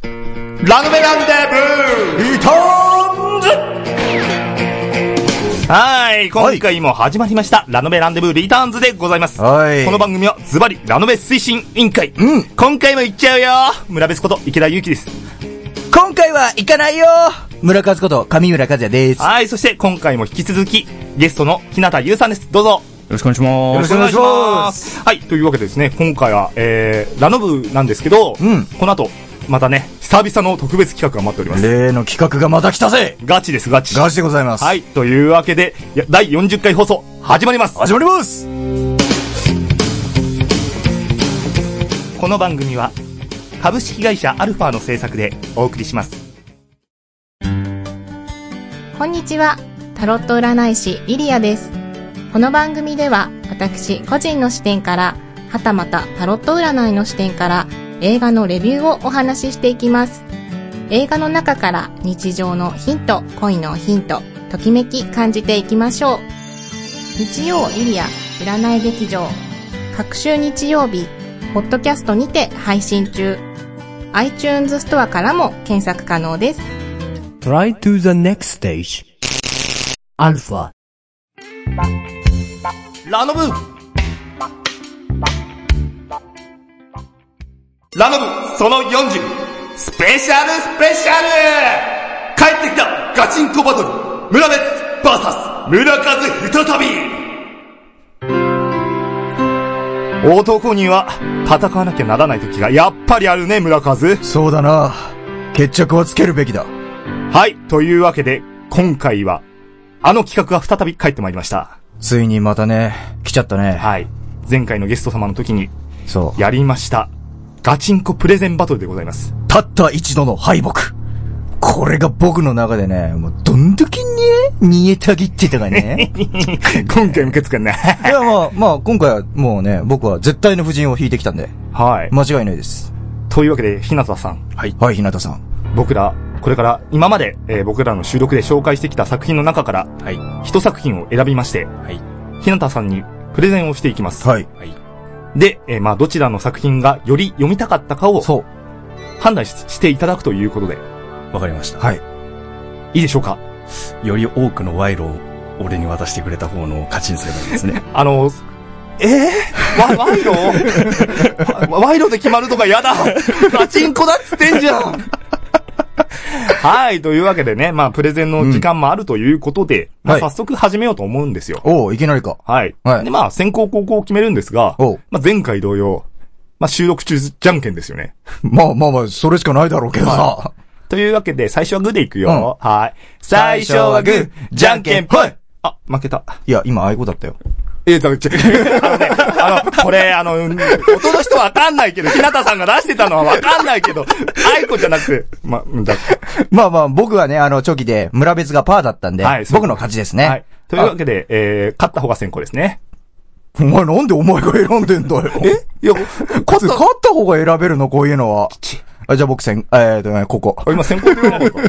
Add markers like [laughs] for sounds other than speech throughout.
ラグメランデブーイトーンズはい、今回も始まりました、ラノベランデブーリターンズでございます。はいこの番組はズバリラノベ推進委員会。うん今回も行っちゃうよ村別こと池田祐希です。今回は行かないよ村和こと上村和也です。はい、そして今回も引き続き、ゲストの日向優さんです。どうぞ。。よろしくお願いします。よろしくお願いしますはい、というわけでですね、今回は、えー、ラノブなんですけど、うんこの後、またね、久々の特別企画が待っております。例の企画がまた来たぜガチです、ガチ。ガチでございます。はい、というわけで、や第40回放送、始まります始まりますこの番組は、株式会社アルファの制作でお送りします。こんにちは。タロット占い師リリアです。この番組では私個人の視点から、はたまたタロット占いの視点から映画のレビューをお話ししていきます。映画の中から日常のヒント、恋のヒント、ときめき感じていきましょう。日曜イリア占い劇場、各週日曜日、ポッドキャストにて配信中。iTunes ストアからも検索可能です。 Try to the next stage. Alpha. ラノブラノブその40スペシャルスペシャル帰ってきたガチンコバトル村別 VS 村数再び男には戦わなきゃならない時がやっぱりあるね村数そうだな決着をつけるべきだ。はいというわけで今回はあの企画が再び帰ってまいりましたついにまたね、来ちゃったね。はい前回のゲスト様の時にそう。やりました。ガチンコプレゼンバトルでございます。 [laughs] たった一度の敗北。これが僕の中でね、もうどんだけね、煮えたぎってたか [laughs] ね。今回も受け付けんね。 [laughs] いやまあ、まあ今回はもうね、僕は絶対の夫人を引いてきたんで、はい。間違いないです。というわけで、ひなたさん。はい。はい、日向さん。僕ら、これから、今まで、えー僕らの収録で紹介してきた作品の中から、はい。一作品を選びまして、はい。ひなたさんにプレゼンをしていきます。はい。はい。で、えーまあ、どちらの作品がより読みたかったかをそ判断ししていただくということで、わかりましう。た。はい。いいでしょうかより多くの賄賂を俺に渡してくれた方の勝ちにすればいいです [laughs] ね。あの、えー、 [laughs] わ、賄賂わ賄賂で [laughs] 決まるとかやだ [laughs] ガチンコだっつってんじゃん [laughs] はい、というわけでね、まあ、プレゼンの時間もあるということで、まあ、は早い速始めようと思うんですよ。おう、いきなりか。はい。はいで、まあ、先行後攻を決めるんですがおう、まあ、前回同様、まあ、収録中じゃんけんですよね。まあまあまあ、それしかないだろうけどさ。というわけで、最初はグーでいくよ。はい。最初はグー、じゃんけんぽいあ、負けた。いや、今、ああいうことだったよ。ええ、だめちゃ。 [laughs] あのね、あの、これ、あの、うん音の人わかんないけど、日向さんが出してたのはわかんないけど、アイコじゃなくて、ま、うんだまあまあ、僕はね、あの、チョキで、村別がパーだったんで、はいそう僕の勝ちですね。はい。というわけで、えー、勝った方が先行ですね。お前なんでお前が選んでんだよ。 [laughs] えいや、勝つ、勝った方が選べるの、こういうのは。あじゃあ僕先、えーとね、ここ。今先行って言わないのか [laughs]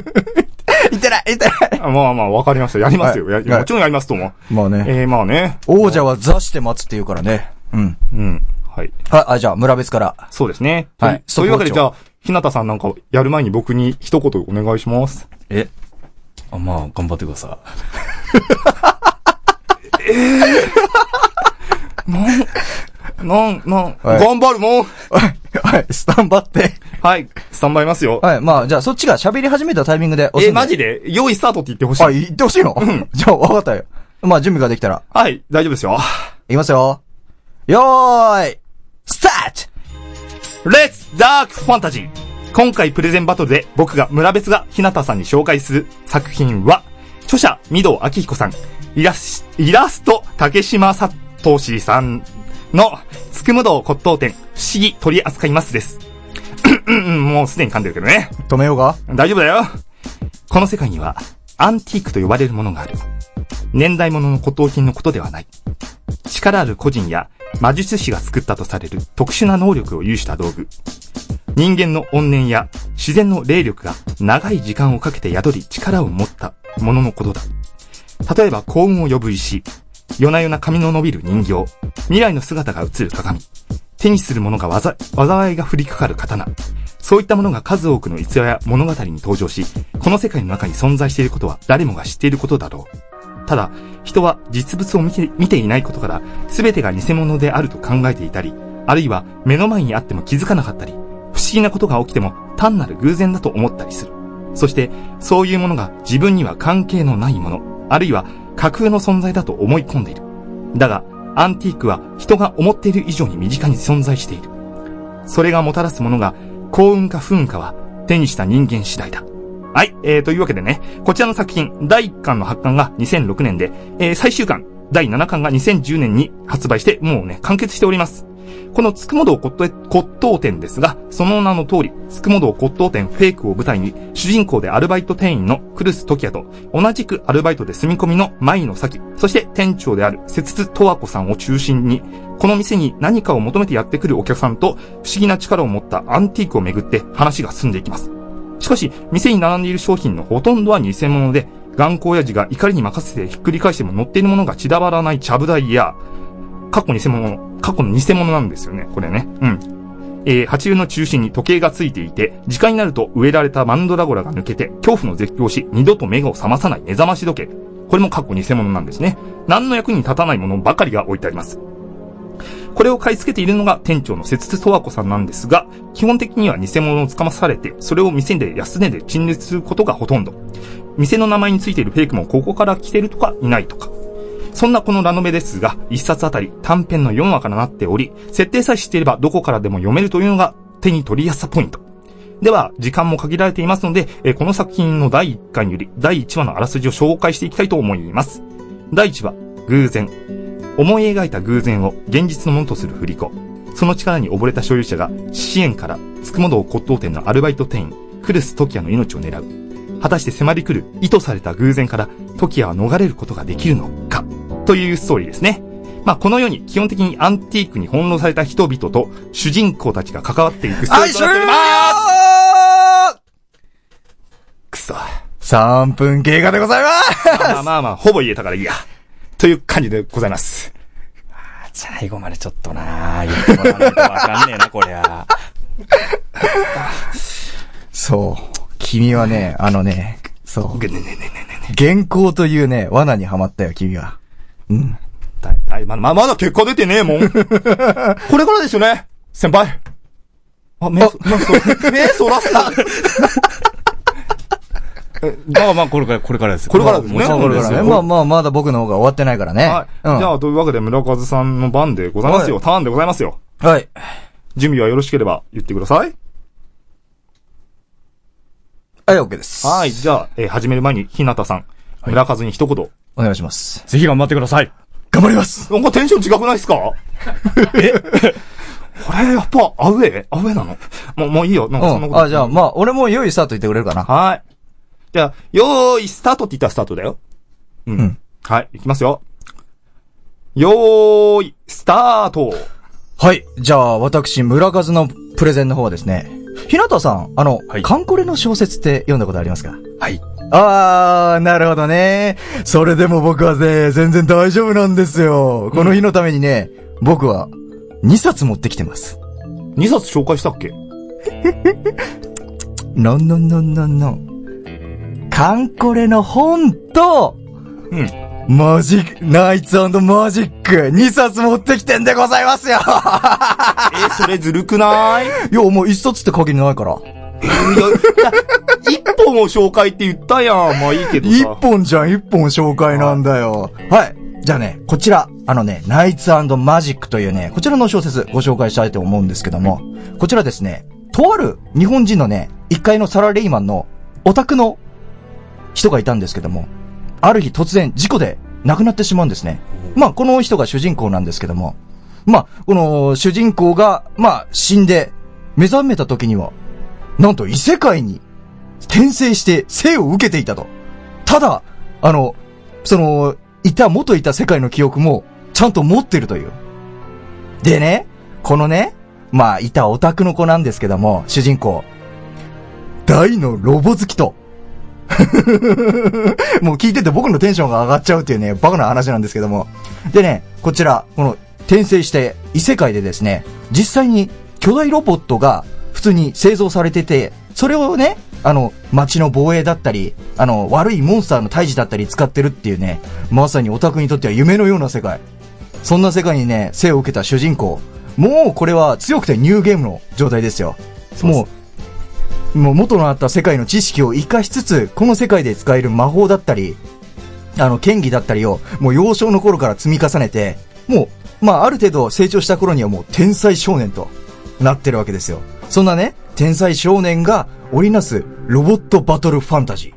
いってない、いってない。 [laughs] あまあまあ、わかりました。やりますよ。はいやはいもちろんやりますと思う。まあね、えー、まあね。王者は座して待つって言うからね。うん。うん。はい。はい、あ、じゃあ村別から。そうですね。はいとというわけで、スじトゃあ、日向さんなんかやる前に僕に一言お願いします。えあまあ、頑張ってくださなん、なん、はい頑張るもん。はい、スタンバって。はい。スタンバイますよ。はい、まあ、じゃあそっちが喋り始めたタイミングで押えすー、んでマジで用意スタートって言ってほしいあ、。言ってほしいの、 [laughs] じゃあ、わかったよ。まあ、準備ができたら。はい、大丈夫ですよ。いきますよ。よーい、スタートレッツダークファンタジー今回プレゼンバトルで僕が村別が日向さんに紹介する作品は、著者、御堂明彦さん、イラス、イラスト、竹島さとしさんの、つくむ堂骨董店、不思議取り扱いますです。 [coughs] うんうんもうすでに噛んでるけどね。止めようか大丈夫だよ。この世界には、アンティークと呼ばれるものがある。年代物の骨董品のことではない。力ある個人や魔術師が作ったとされる特殊な能力を有した道具。人間の怨念や自然の霊力が長い時間をかけて宿り力を持ったもののことだ。例えば幸運を呼ぶ石、夜な夜な髪の伸びる人形、未来の姿が映る鏡、手にするものが災災いが降りかかる刀、そういったものが数多くの逸話や物語に登場し、この世界の中に存在していることは誰もが知っていることだろう。ただ、人は実物を見て見ていないことから、全てが偽物であると考えていたり、あるいは目の前にあっても気づかなかったり、不思議なことが起きても単なる偶然だと思ったりする。そして、そういうものが自分には関係のないもの、あるいは架空の存在だと思い込んでいる。だが、アンティークは人が思っている以上に身近に存在している。それがもたらすものが幸運か不運かは手にした人間次第だ。はい、えー、というわけでね、こちらの作品、第1巻の発刊が2006年で、えー、最終巻、第7巻が2010年に発売して、もうね、完結しております。このつくもどう骨董店ですが、その名の通り、つくもどう骨董店フェイクを舞台に、主人公でアルバイト店員のクルス時也と、同じくアルバイトで住み込みの舞の咲、そして店長である節津十和子さんを中心に、この店に何かを求めてやってくるお客さんと、不思議な力を持ったアンティークをめぐって話が進んでいきます。しかし、店に並んでいる商品のほとんどは偽物で、頑固親父が怒りに任せてひっくり返しても乗っているものが散らばらないちゃぶ台や、過去偽物、過去の偽物なんですよね、これね。うん。えー、鉢植えの中心に時計がついていて、時間になると植えられたマンドラゴラが抜けて、恐怖の絶叫をし、二度と目が覚まさない目覚まし時計。これも過去偽物なんですね。何の役に立たないものばかりが置いてあります。これを買い付けているのが店長の節津十和子さんなんですが、基本的には偽物をつかまされて、それを店で安値で陳列することがほとんど。店の名前についているフェイクもここから来てるとかいないとか。そんなこのラノベですが、一冊あたり短編の4話からなっており、設定さえ知っていればどこからでも読めるというのが手に取りやすさポイント。では、時間も限られていますので、えーこの作品の第1巻より第1話のあらすじを紹介していきたいと思います。第1話、偶然。思い描いた偶然を現実のものとする振り子。その力に溺れた所有者が、支援から、つくもど骨董店のアルバイト店員、クルス・トキアの命を狙う。果たして迫り来る意図された偶然から、トキアは逃れることができるのか、というストーリーですね。まあ、このように基本的にアンティークに翻弄された人々と主人公たちが関わっていくストーリーとなっておりますくそ。 !3 分経過でございますまあまあまあ、ほぼ言えたからいいや。という感じでございます。最後までちょっとな言ってもらわないとわかんねえな、こりゃ。そう。君はね、あのね、そう。ねねねねねね。原稿というね、罠にはまったよ、君は。うん。だいだいまままだ結果出てね [laughs] えもん。これからですよね、先輩。あ、目、 [laughs] 目そらすな。ま [laughs] あまあ、これから、これからですよ。これからですねもちろんこれでかすらよ。ねまあまあ、まだ僕の方が終わってないからね。はい。うんじゃあ、というわけで村和さんの番でございますよ。はターンでございますよ。はい。準備はよろしければ言ってください。はい、OK です。はい。。じゃあ、えー始める前に、日向さん、村和に一言。お願いします。ぜひ頑張ってください。頑張りますなんかテンション違くないっすか [laughs] [laughs] えこれ、やっぱ、アウェーアウェーなのもう、もういいよ。なんうかそんなこん。と。あ、じゃあ、まあ、俺も用意スタート言ってくれるかな。はい。じゃあ、よーい、スタートって言ったらスタートだよ。うん。うんはい、いきますよ。よーい、スタートはい。じゃあ、私、村和のプレゼンの方はですね、ひなたさん、あの、はいカンコレの小説って読んだことありますかはい。あー、なるほどね。それでも僕はね、全然大丈夫なんですよ。この日のためにね、僕は2冊持ってきてます。 !2 冊紹介した [laughs] っけなんなんなんなんなん。カンコレの本と、うん。マジック、ナイツマジック、2冊持ってきてんでござい [laughs] ますよえーそれずるくないいや、もう1冊って限りないから。 [laughs] 一本を紹介って言ったやん。まあいいけど一さ。本じゃん、一本紹介なんだよ。はい。じゃあね、こちら、あのね、ナイツマジックというね、こちらの小説ご紹介したいと思うんですけども、こちらですね、とある日本人のね、一階のサラリーマンのオタクの人がいたんですけども、ある日突然事故で亡くなってしまうんですね。まあ、この人が主人公なんですけども、まあ、この主人公が、まあ、死んで、目覚めた時には、なんと異世界に転生して生を受けていたと。ただ、あの、その、いた、元いた世界の記憶も、ちゃんと持ってるという。でね、このね、まあ、いたオタクの子なんですけども、主人公。大のロボ好きと。 [laughs] もう聞いてて僕のテンションが上がっちゃうっていうね、バカな話なんですけども。でね、こちら、この、転生して異世界でですね、実際に巨大ロボットが普通に製造されてて、それをね、あの、街の防衛だったり、あの、悪いモンスターの退治だったり使ってるっていうね、まさにオタクにとっては夢のような世界。そんな世界にね、生を受けた主人公。もうこれは強くてニューゲームの状態ですよ。うですもう、もう元のあった世界の知識を活かしつつ、この世界で使える魔法だったり、あの、剣技だったりを、もう幼少の頃から積み重ねて、もう、まあ、ある程度成長した頃にはもう天才少年となってるわけですよ。そんなね、天才少年が織りなすロボットバトルファンタジー。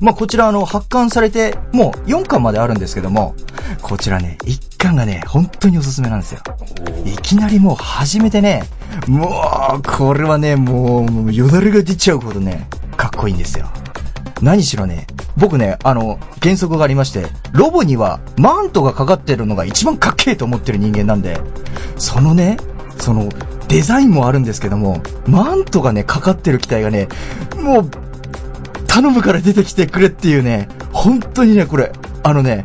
まあ、こちらあの、発刊されて、もう4巻まであるんですけども、こちらね、1巻がね、本当におすすめなんですよ。いきなりもう始めてね、もう、これはね、もう、もうよだれが出ちゃうほどね、かっこいいんですよ。何しろね、僕ね、あの、原則がありまして、ロボにはマントがかかってるのが一番かっけえと思ってる人間なんで、そのね、その、デザインもあるんですけども、マントがね、かかってる機体がね、もう、頼むから出てきてくれっていうね、本当にね、これ、あのね、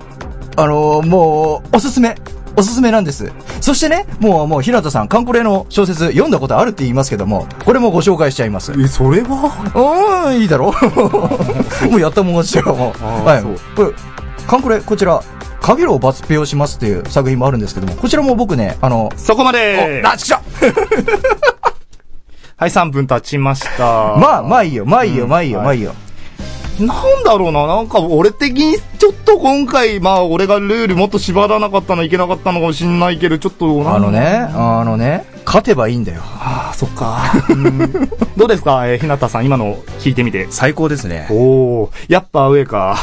あのーもう、おすすめ。おすすめなんです。そしてね、もう、もう、平田さん、カンコレの小説読んだことあるって言いますけども、これもご紹介しちゃいます。え、それはうーん、いい [laughs] だろもうやったもん勝ちよ、もう。あーはいそう。これ、カンコレ、こちら、かげろう罰ペをしますっていう作品もあるんですけども、こちらも僕ね、あの、そこまおでラッチだはい、3分経ちま [laughs] した。まあ、まあいいよ、まあいいよ、うんまあいいよ、はいまあいいよ。なんだろうな、なんか俺的にちょっと今回、まあ俺がルールもっと縛らなかったのいけなかったのかもしんないけど、ちょっとなんあのね、。あのね、勝てばいいんだよ。ああ、そっか。うんどうですか、 [laughs] えー、ひなたさん、今の聞いてみて。最高ですね。おお、やっぱ上 [laughs] か。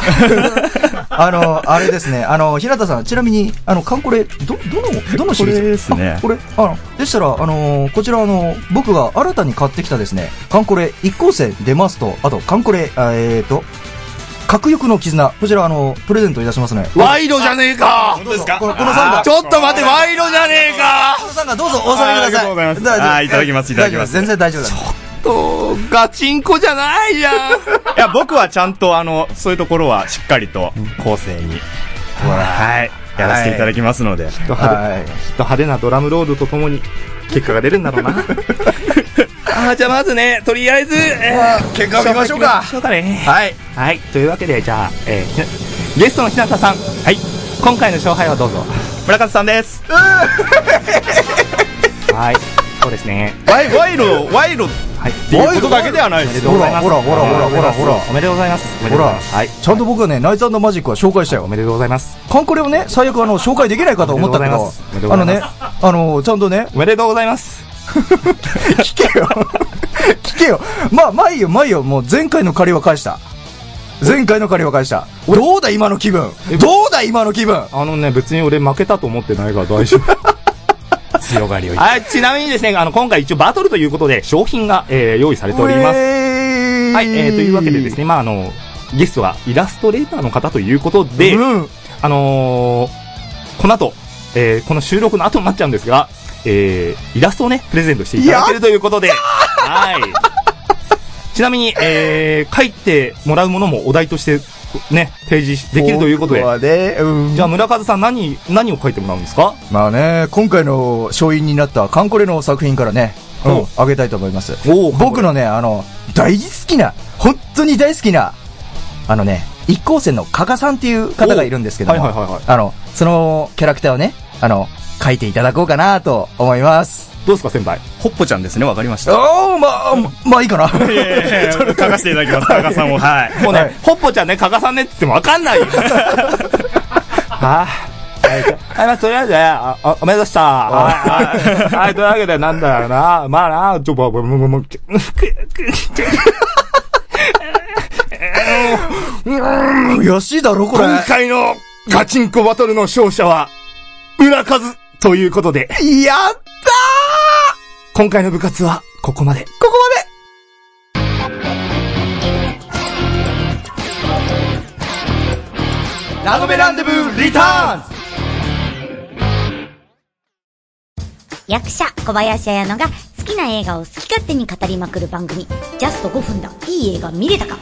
あの、あれですね、あの、平田さん、ちなみに、あの、カンコレ、ど、どの、どのシリーズこれですねあこれ、あの、でしたら、あの、こちら、あの、僕が新たに買ってきたですね、カンコレ一光線出ますと、あと、カンコレ、あえーと、核欲の絆、こちら、あの、プレゼントいたしますね。賄賂じゃねえかどうですかこのこの3が、ちょっと待って、賄賂じゃねえかこの3がどうぞお納めください。ありがとうございます大丈夫あーいただきますいただきます大丈夫全然大丈夫だ。と、ガチンコじゃないじゃ [laughs] ん。いや、僕はちゃんと、あの、そういうところはしっかりと、後世に、はい、やらせていただきますので。きっと派はい。手きっと派手なドラムロールとともに、結果が出るんだ [laughs] ろうな。ああ、じゃあまずね、とりあえず、えー結果を見ましょう紹か介しましょうかね。はい。はい、というわけで、じゃあ、えーひなゲストの日向さん、はい、今回の勝敗はどうぞ。村上さんです。 [laughs] はい、そうですね。賄賄賂、賄賂はい、っていうことだけではないおでめですとうよ。ございます。ほらほらほらほらほらおめでとうございます。おめでとほうございらます。はい、、ちゃんと僕はね、ナイツマジックは紹介したよお。めでとうございます。カンコレをね、最悪あの、紹介できないかと思ったけどおめでと、うごあざのいねま、あの、ちゃんとね、おめでとうございます。聞けよ聞けよまあ、まあいいよ、まあいいよ、もう前回の借りは返した。前回の借りは返した。どうだ今の気分どうだ今の気分あのね、別に俺負けたと思ってないから大丈夫。強がりを言っ [laughs] てはい、ちなみにですね、あの、今回一応バトルということで、商品が、えー用意されております。は、はいえー、というわけでですね、まあ、あの、ゲストはイラストレーターの方ということで、うん。あのーこの後、えーこの収録の後になっちゃうんですが、えーイラストをね、プレゼントしていただけるということで、はい。ちなみに、えー書いてもらうものもお題として、ね、提示できるということで僕、はね、うんじゃあ村和さん何、何を書いてもらうんですかまあね、今回の勝因になったカンコレの作品からね、うおんう、あげたいと思います。お僕のね、あの、大好きな、本当に大好きな、あのね、一光線の加賀さんっていう方がいるんですけども、おはいはいはいはいあの、そのキャラクターをね、あの、書いていただこうかなと思います。どうですか先輩。ほっぽちゃんですね、わかりました。おー、まあ、まあいいか [laughs] な。 [laughs] いやいやいや書かせていただきます、加賀さんを。はい。もうはいね、ほっぽちゃんね、加賀さんねって言ってもわかんないよ。はぁ。はい、はいまあ、とりあえずね、あおおめでとうした。はい、はい、はい、というわけで、なんだろうな。まあな、ちょ、ぼ、ぼ、ぼ、ぼ、ぼ、く、く、く、悔しいだろ、これ。今回のガチンコバトルの勝者は、裏数ということで、やった今回の部活はここまで。ーここまでラノベランデブーリターンズ役者小林彩乃が好きな映画を好き勝手に語りまくる番組「ジャスト5分だいい映画見れたか」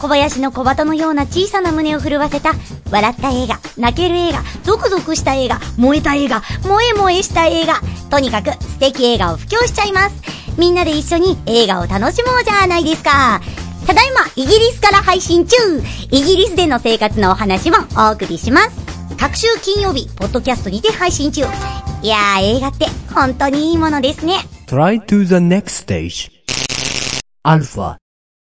小林の小鳩のような小さな胸を震わせた笑った映画泣ける映画ゾクゾクした映画燃えた映画萌え萌えした映画とにかく素敵映画を布教しちゃいますみんなで一緒に映画を楽しもうじゃないですか。ただいま、イギリスから配信中イギリスでの生活のお話もお送りします。各週金曜日、ポッドキャストにて配信中。いやー、映画って本当にいいものですね。 Try to the next stage. Alpha.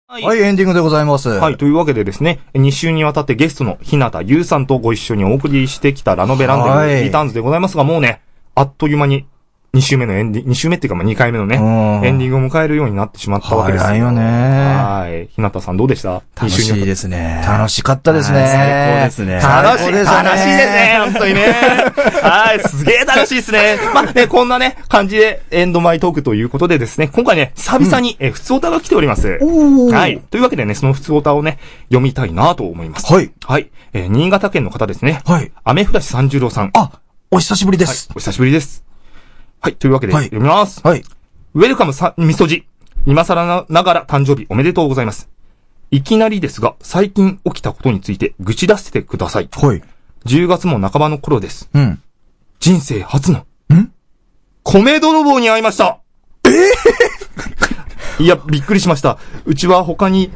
はい、エンディングでございます。はい、というわけでですね、2週にわたってゲストの日向優さんとご一緒にお送りしてきたラノベランはデいブリターンズでございますが、もうね、あっという間に2週目のエンディング、2週目っていうかまあ2回目のね、うんエンディングを迎えるようになってしまったわけです。早いよねはい。日向さんどうでした楽二週にしいわたですね。楽しかったですね。最高ですね楽楽ししい、い楽しいですね、本当にね。はい、すげえ楽しいですね。まあね、こんなね、感じでエンドマイトークということでですね、今回ね、久々に、え、普通オタが来ております。はい。というわけでね、その普通オタをね、読みたいなと思います。はい。はい。えー新潟県の方ですね。はい。アメフラシ三十郎さん。あ、お久しぶりではいす。。お久しぶりです。はい。というわけで、はい読みます。はい。ウェルカムさ、みそじ。今更なながら誕生日おめでとうございます。いきなりですが、最近起きたことについて愚痴出せてください。はい。 10月も半ばの頃です。うん。人生初の。米泥棒に会いましたえいや、びっくりしました。うちは他に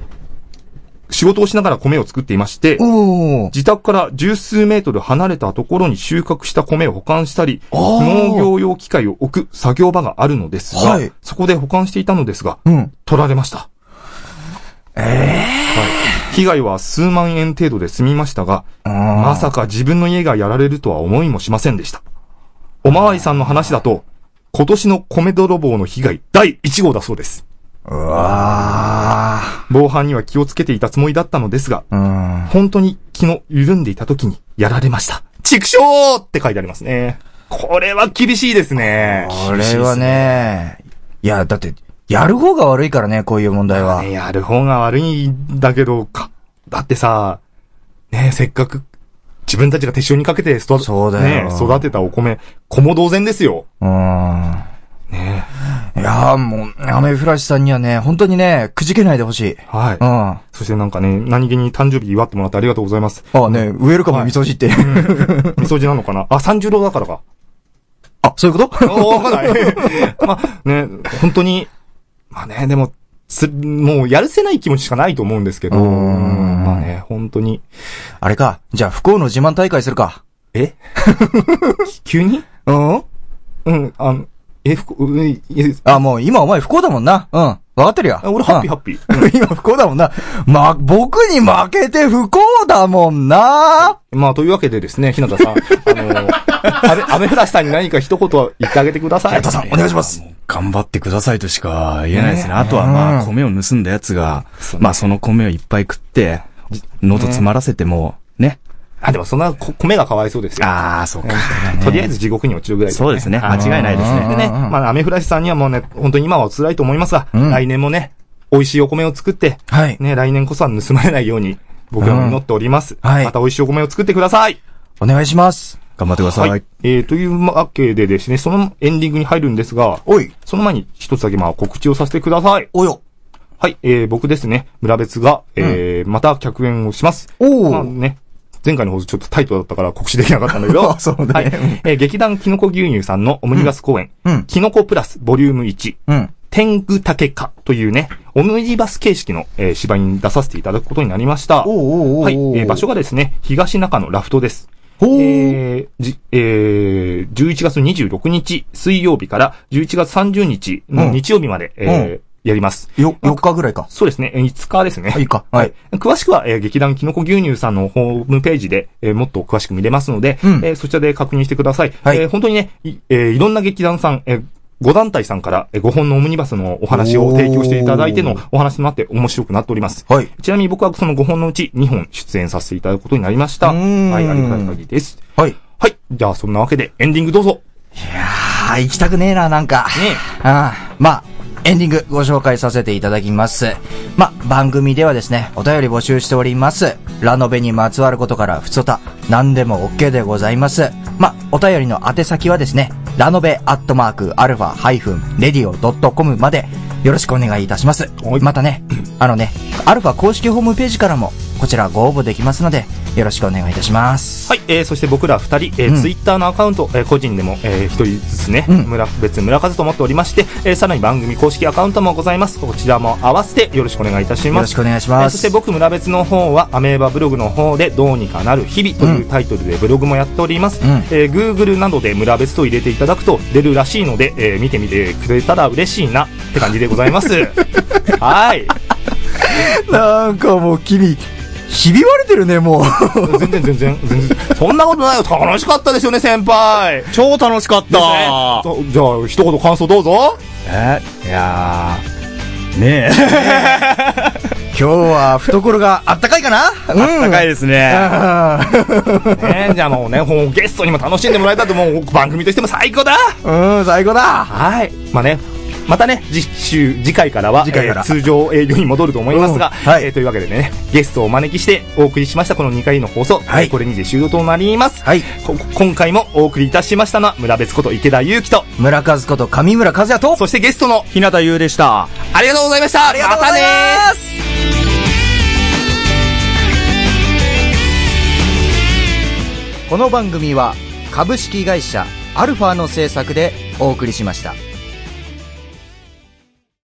仕事をしながら米を作っていまして、おー。自宅から十数メートル離れたところに収穫した米を保管したり、あー農業用機械を置く作業場があるのですが、はいそこで保管していたのですが、うん。取られました。ええはい。被害は数万円程度で済みましたが、まさか自分の家がやられるとは思いもしませんでした。おまわりさんの話だと、今年の米泥棒の被害第1号だそうです。防犯には気をつけていたつもりだったのですが、本当に気の緩んでいた時にやられました。畜生って書いてありますね。これは厳しいですね。これはね、いや、だって、やる方が悪いからね、こういう問題は。ねやる方が悪いんだけど、か、だってさ、ねえせっかく、自分たちが手塩にかけて育て、そうだよねえ育てたお米、子も同然ですよ。うん。ねいやーもう、アメフラシさんにはね、本当にね、くじけないでほしい。うんえ。はい。あそしてなんかね、何気に誕生日祝ってもらってありがとうござい [laughs] ます。ね、ウェルカム味噌汁って。みそじなのかなあ、三十郎だからか。あ、そういうこ [laughs] とわかんない。まあね、本当に、まあね、でも、す、もうやるせない気持ちしかないと思うんですけど、うんまあね、本当に。 [laughs] あれか。じゃあ、不幸の自慢大会するか。え [laughs] 急にうんうん、あの、え、ふこ、うんいやあ、もう今お前不幸だもんな。うん。わかってるよ。あ俺ハッピーハッピピー。ー。 [laughs] 今不幸だもんな。ま、僕に負けて不幸だもんな。まあ、というわけでですね、日向さん、あの、 [laughs] 安倍、安倍原さんに何か一言言ってあげてください。平田さん、お願いします。頑張ってくださいとしか言えないですね。あとはまあ、米を盗んだ奴が、まあその米をいっぱい食って、喉詰まらせても、ね。あ、でもそんなこ米がかわいそうですよ。ああ、そうか。とりあえず地獄に落ちるぐらい、そうですね。間あの違いないですね。でね、まあ、アメフラシさんにはもうね、本当に今はお辛いと思いますが、来年もね、美味しいお米を作って、はいね、来年こそは盗まれないように、僕は祈っております。うんはいまた美味しいお米を作ってください。お願いします。頑張ってくださはいい。。えー、というわけでですね、そのエンディングに入るんですが、おい。その前に一つだけまあ告知をさせてください。およ。はい、えー、僕ですね、村別が、えーまた客演をします。おーまあね、前回の放送ちょっとタイトだったから告知できなかったんだけど。 [laughs] そうだねはい。えー、劇団キノコ牛乳さんのオムニバス公演、うんうんキノコプラスボリューム1、うん。天狗竹かというね、オムニバス形式の、えー芝居に出させていただくことになりました。おうおうおうおうはい、えー場所がですね、東中のラフトです。ほー。えーじえー、11月26日水曜日から11月30日の日曜日まで、えーやります。よ、4日ぐらいか。そうですね、えー5日ですね。はい、いいか。はい。詳しくは、えー劇団キノコ牛乳さんのホームページで、えーもっと詳しく見れますので、うんえーそちらで確認してください。はいえー本当にね、い,、えーいろんな劇団さん、え5団体さんから5本のオムニバスのお話を提供していただいてのお話になって面白くなっております。はい。ちなみに僕はその5本のうち2本出演させていただくことになりました。うーんはい、ありがたい限りです。はい。はい。じゃあ、そんなわけで、エンディングどうぞ。あー、行きたくねえな、なんか。ああ、まあ、エンディングご紹介させていただきます。まあ、番組ではですね、お便り募集しております。ラノベにまつわることから、ふつおた、何でも OK でございます。まあ、お便りの宛先はですね、ラノベアットマークアルファハイフンレディオドットコムまで、よろしくお願いいたします。またね、あのね、アルファ公式ホームページからも、こちらご応募できますので、よろしくお願いいたします。はい、えー、そして僕ら二人、えーうんツイッターのアカウント、えー個人でも、えー、一人ずつね、うん村別村数と思っておりまして、えーさらに番組公式アカウントもございますこちらも合わせてよろしくお願いいたしよまろしすくお願いしえーまそしす。て僕村別の方はアメーバブログの方でどうにかなる日々というタイトルでブログもやっております、うんえー Google などで村別と入れていただくと出るらしいので、えー見てみてくれたら嬉しいなって感じでございます [laughs] はいなんかもう君、ひび割れてるね、もう。全然全然全然そんなことないよ楽しかったですよね先輩超楽しかっですねたとじゃあ一言感想どうぞえいやー、ね [laughs] 今日は懐があったかいかなうん。高いで [laughs] すね。あねじゃあもうねほんゲストにも楽しんでもらえたともう番組としても最高だ [laughs] ーうん、最高だ。はいまあねまたね次週次回からは次回からえー通常営業に戻ると思いますが、うんはいえーというわけでねゲストをお招きしてお送りしましたこの2回の放送、はいこれにて終了となります、はい。こ今回もお送りいたしましたのは村別こと池田勇樹と村和子と上村和也と、そしてゲストの日向優でした。ありがとうございましたありがとうございますこの番組は株式会社アルファの制作でお送りしました。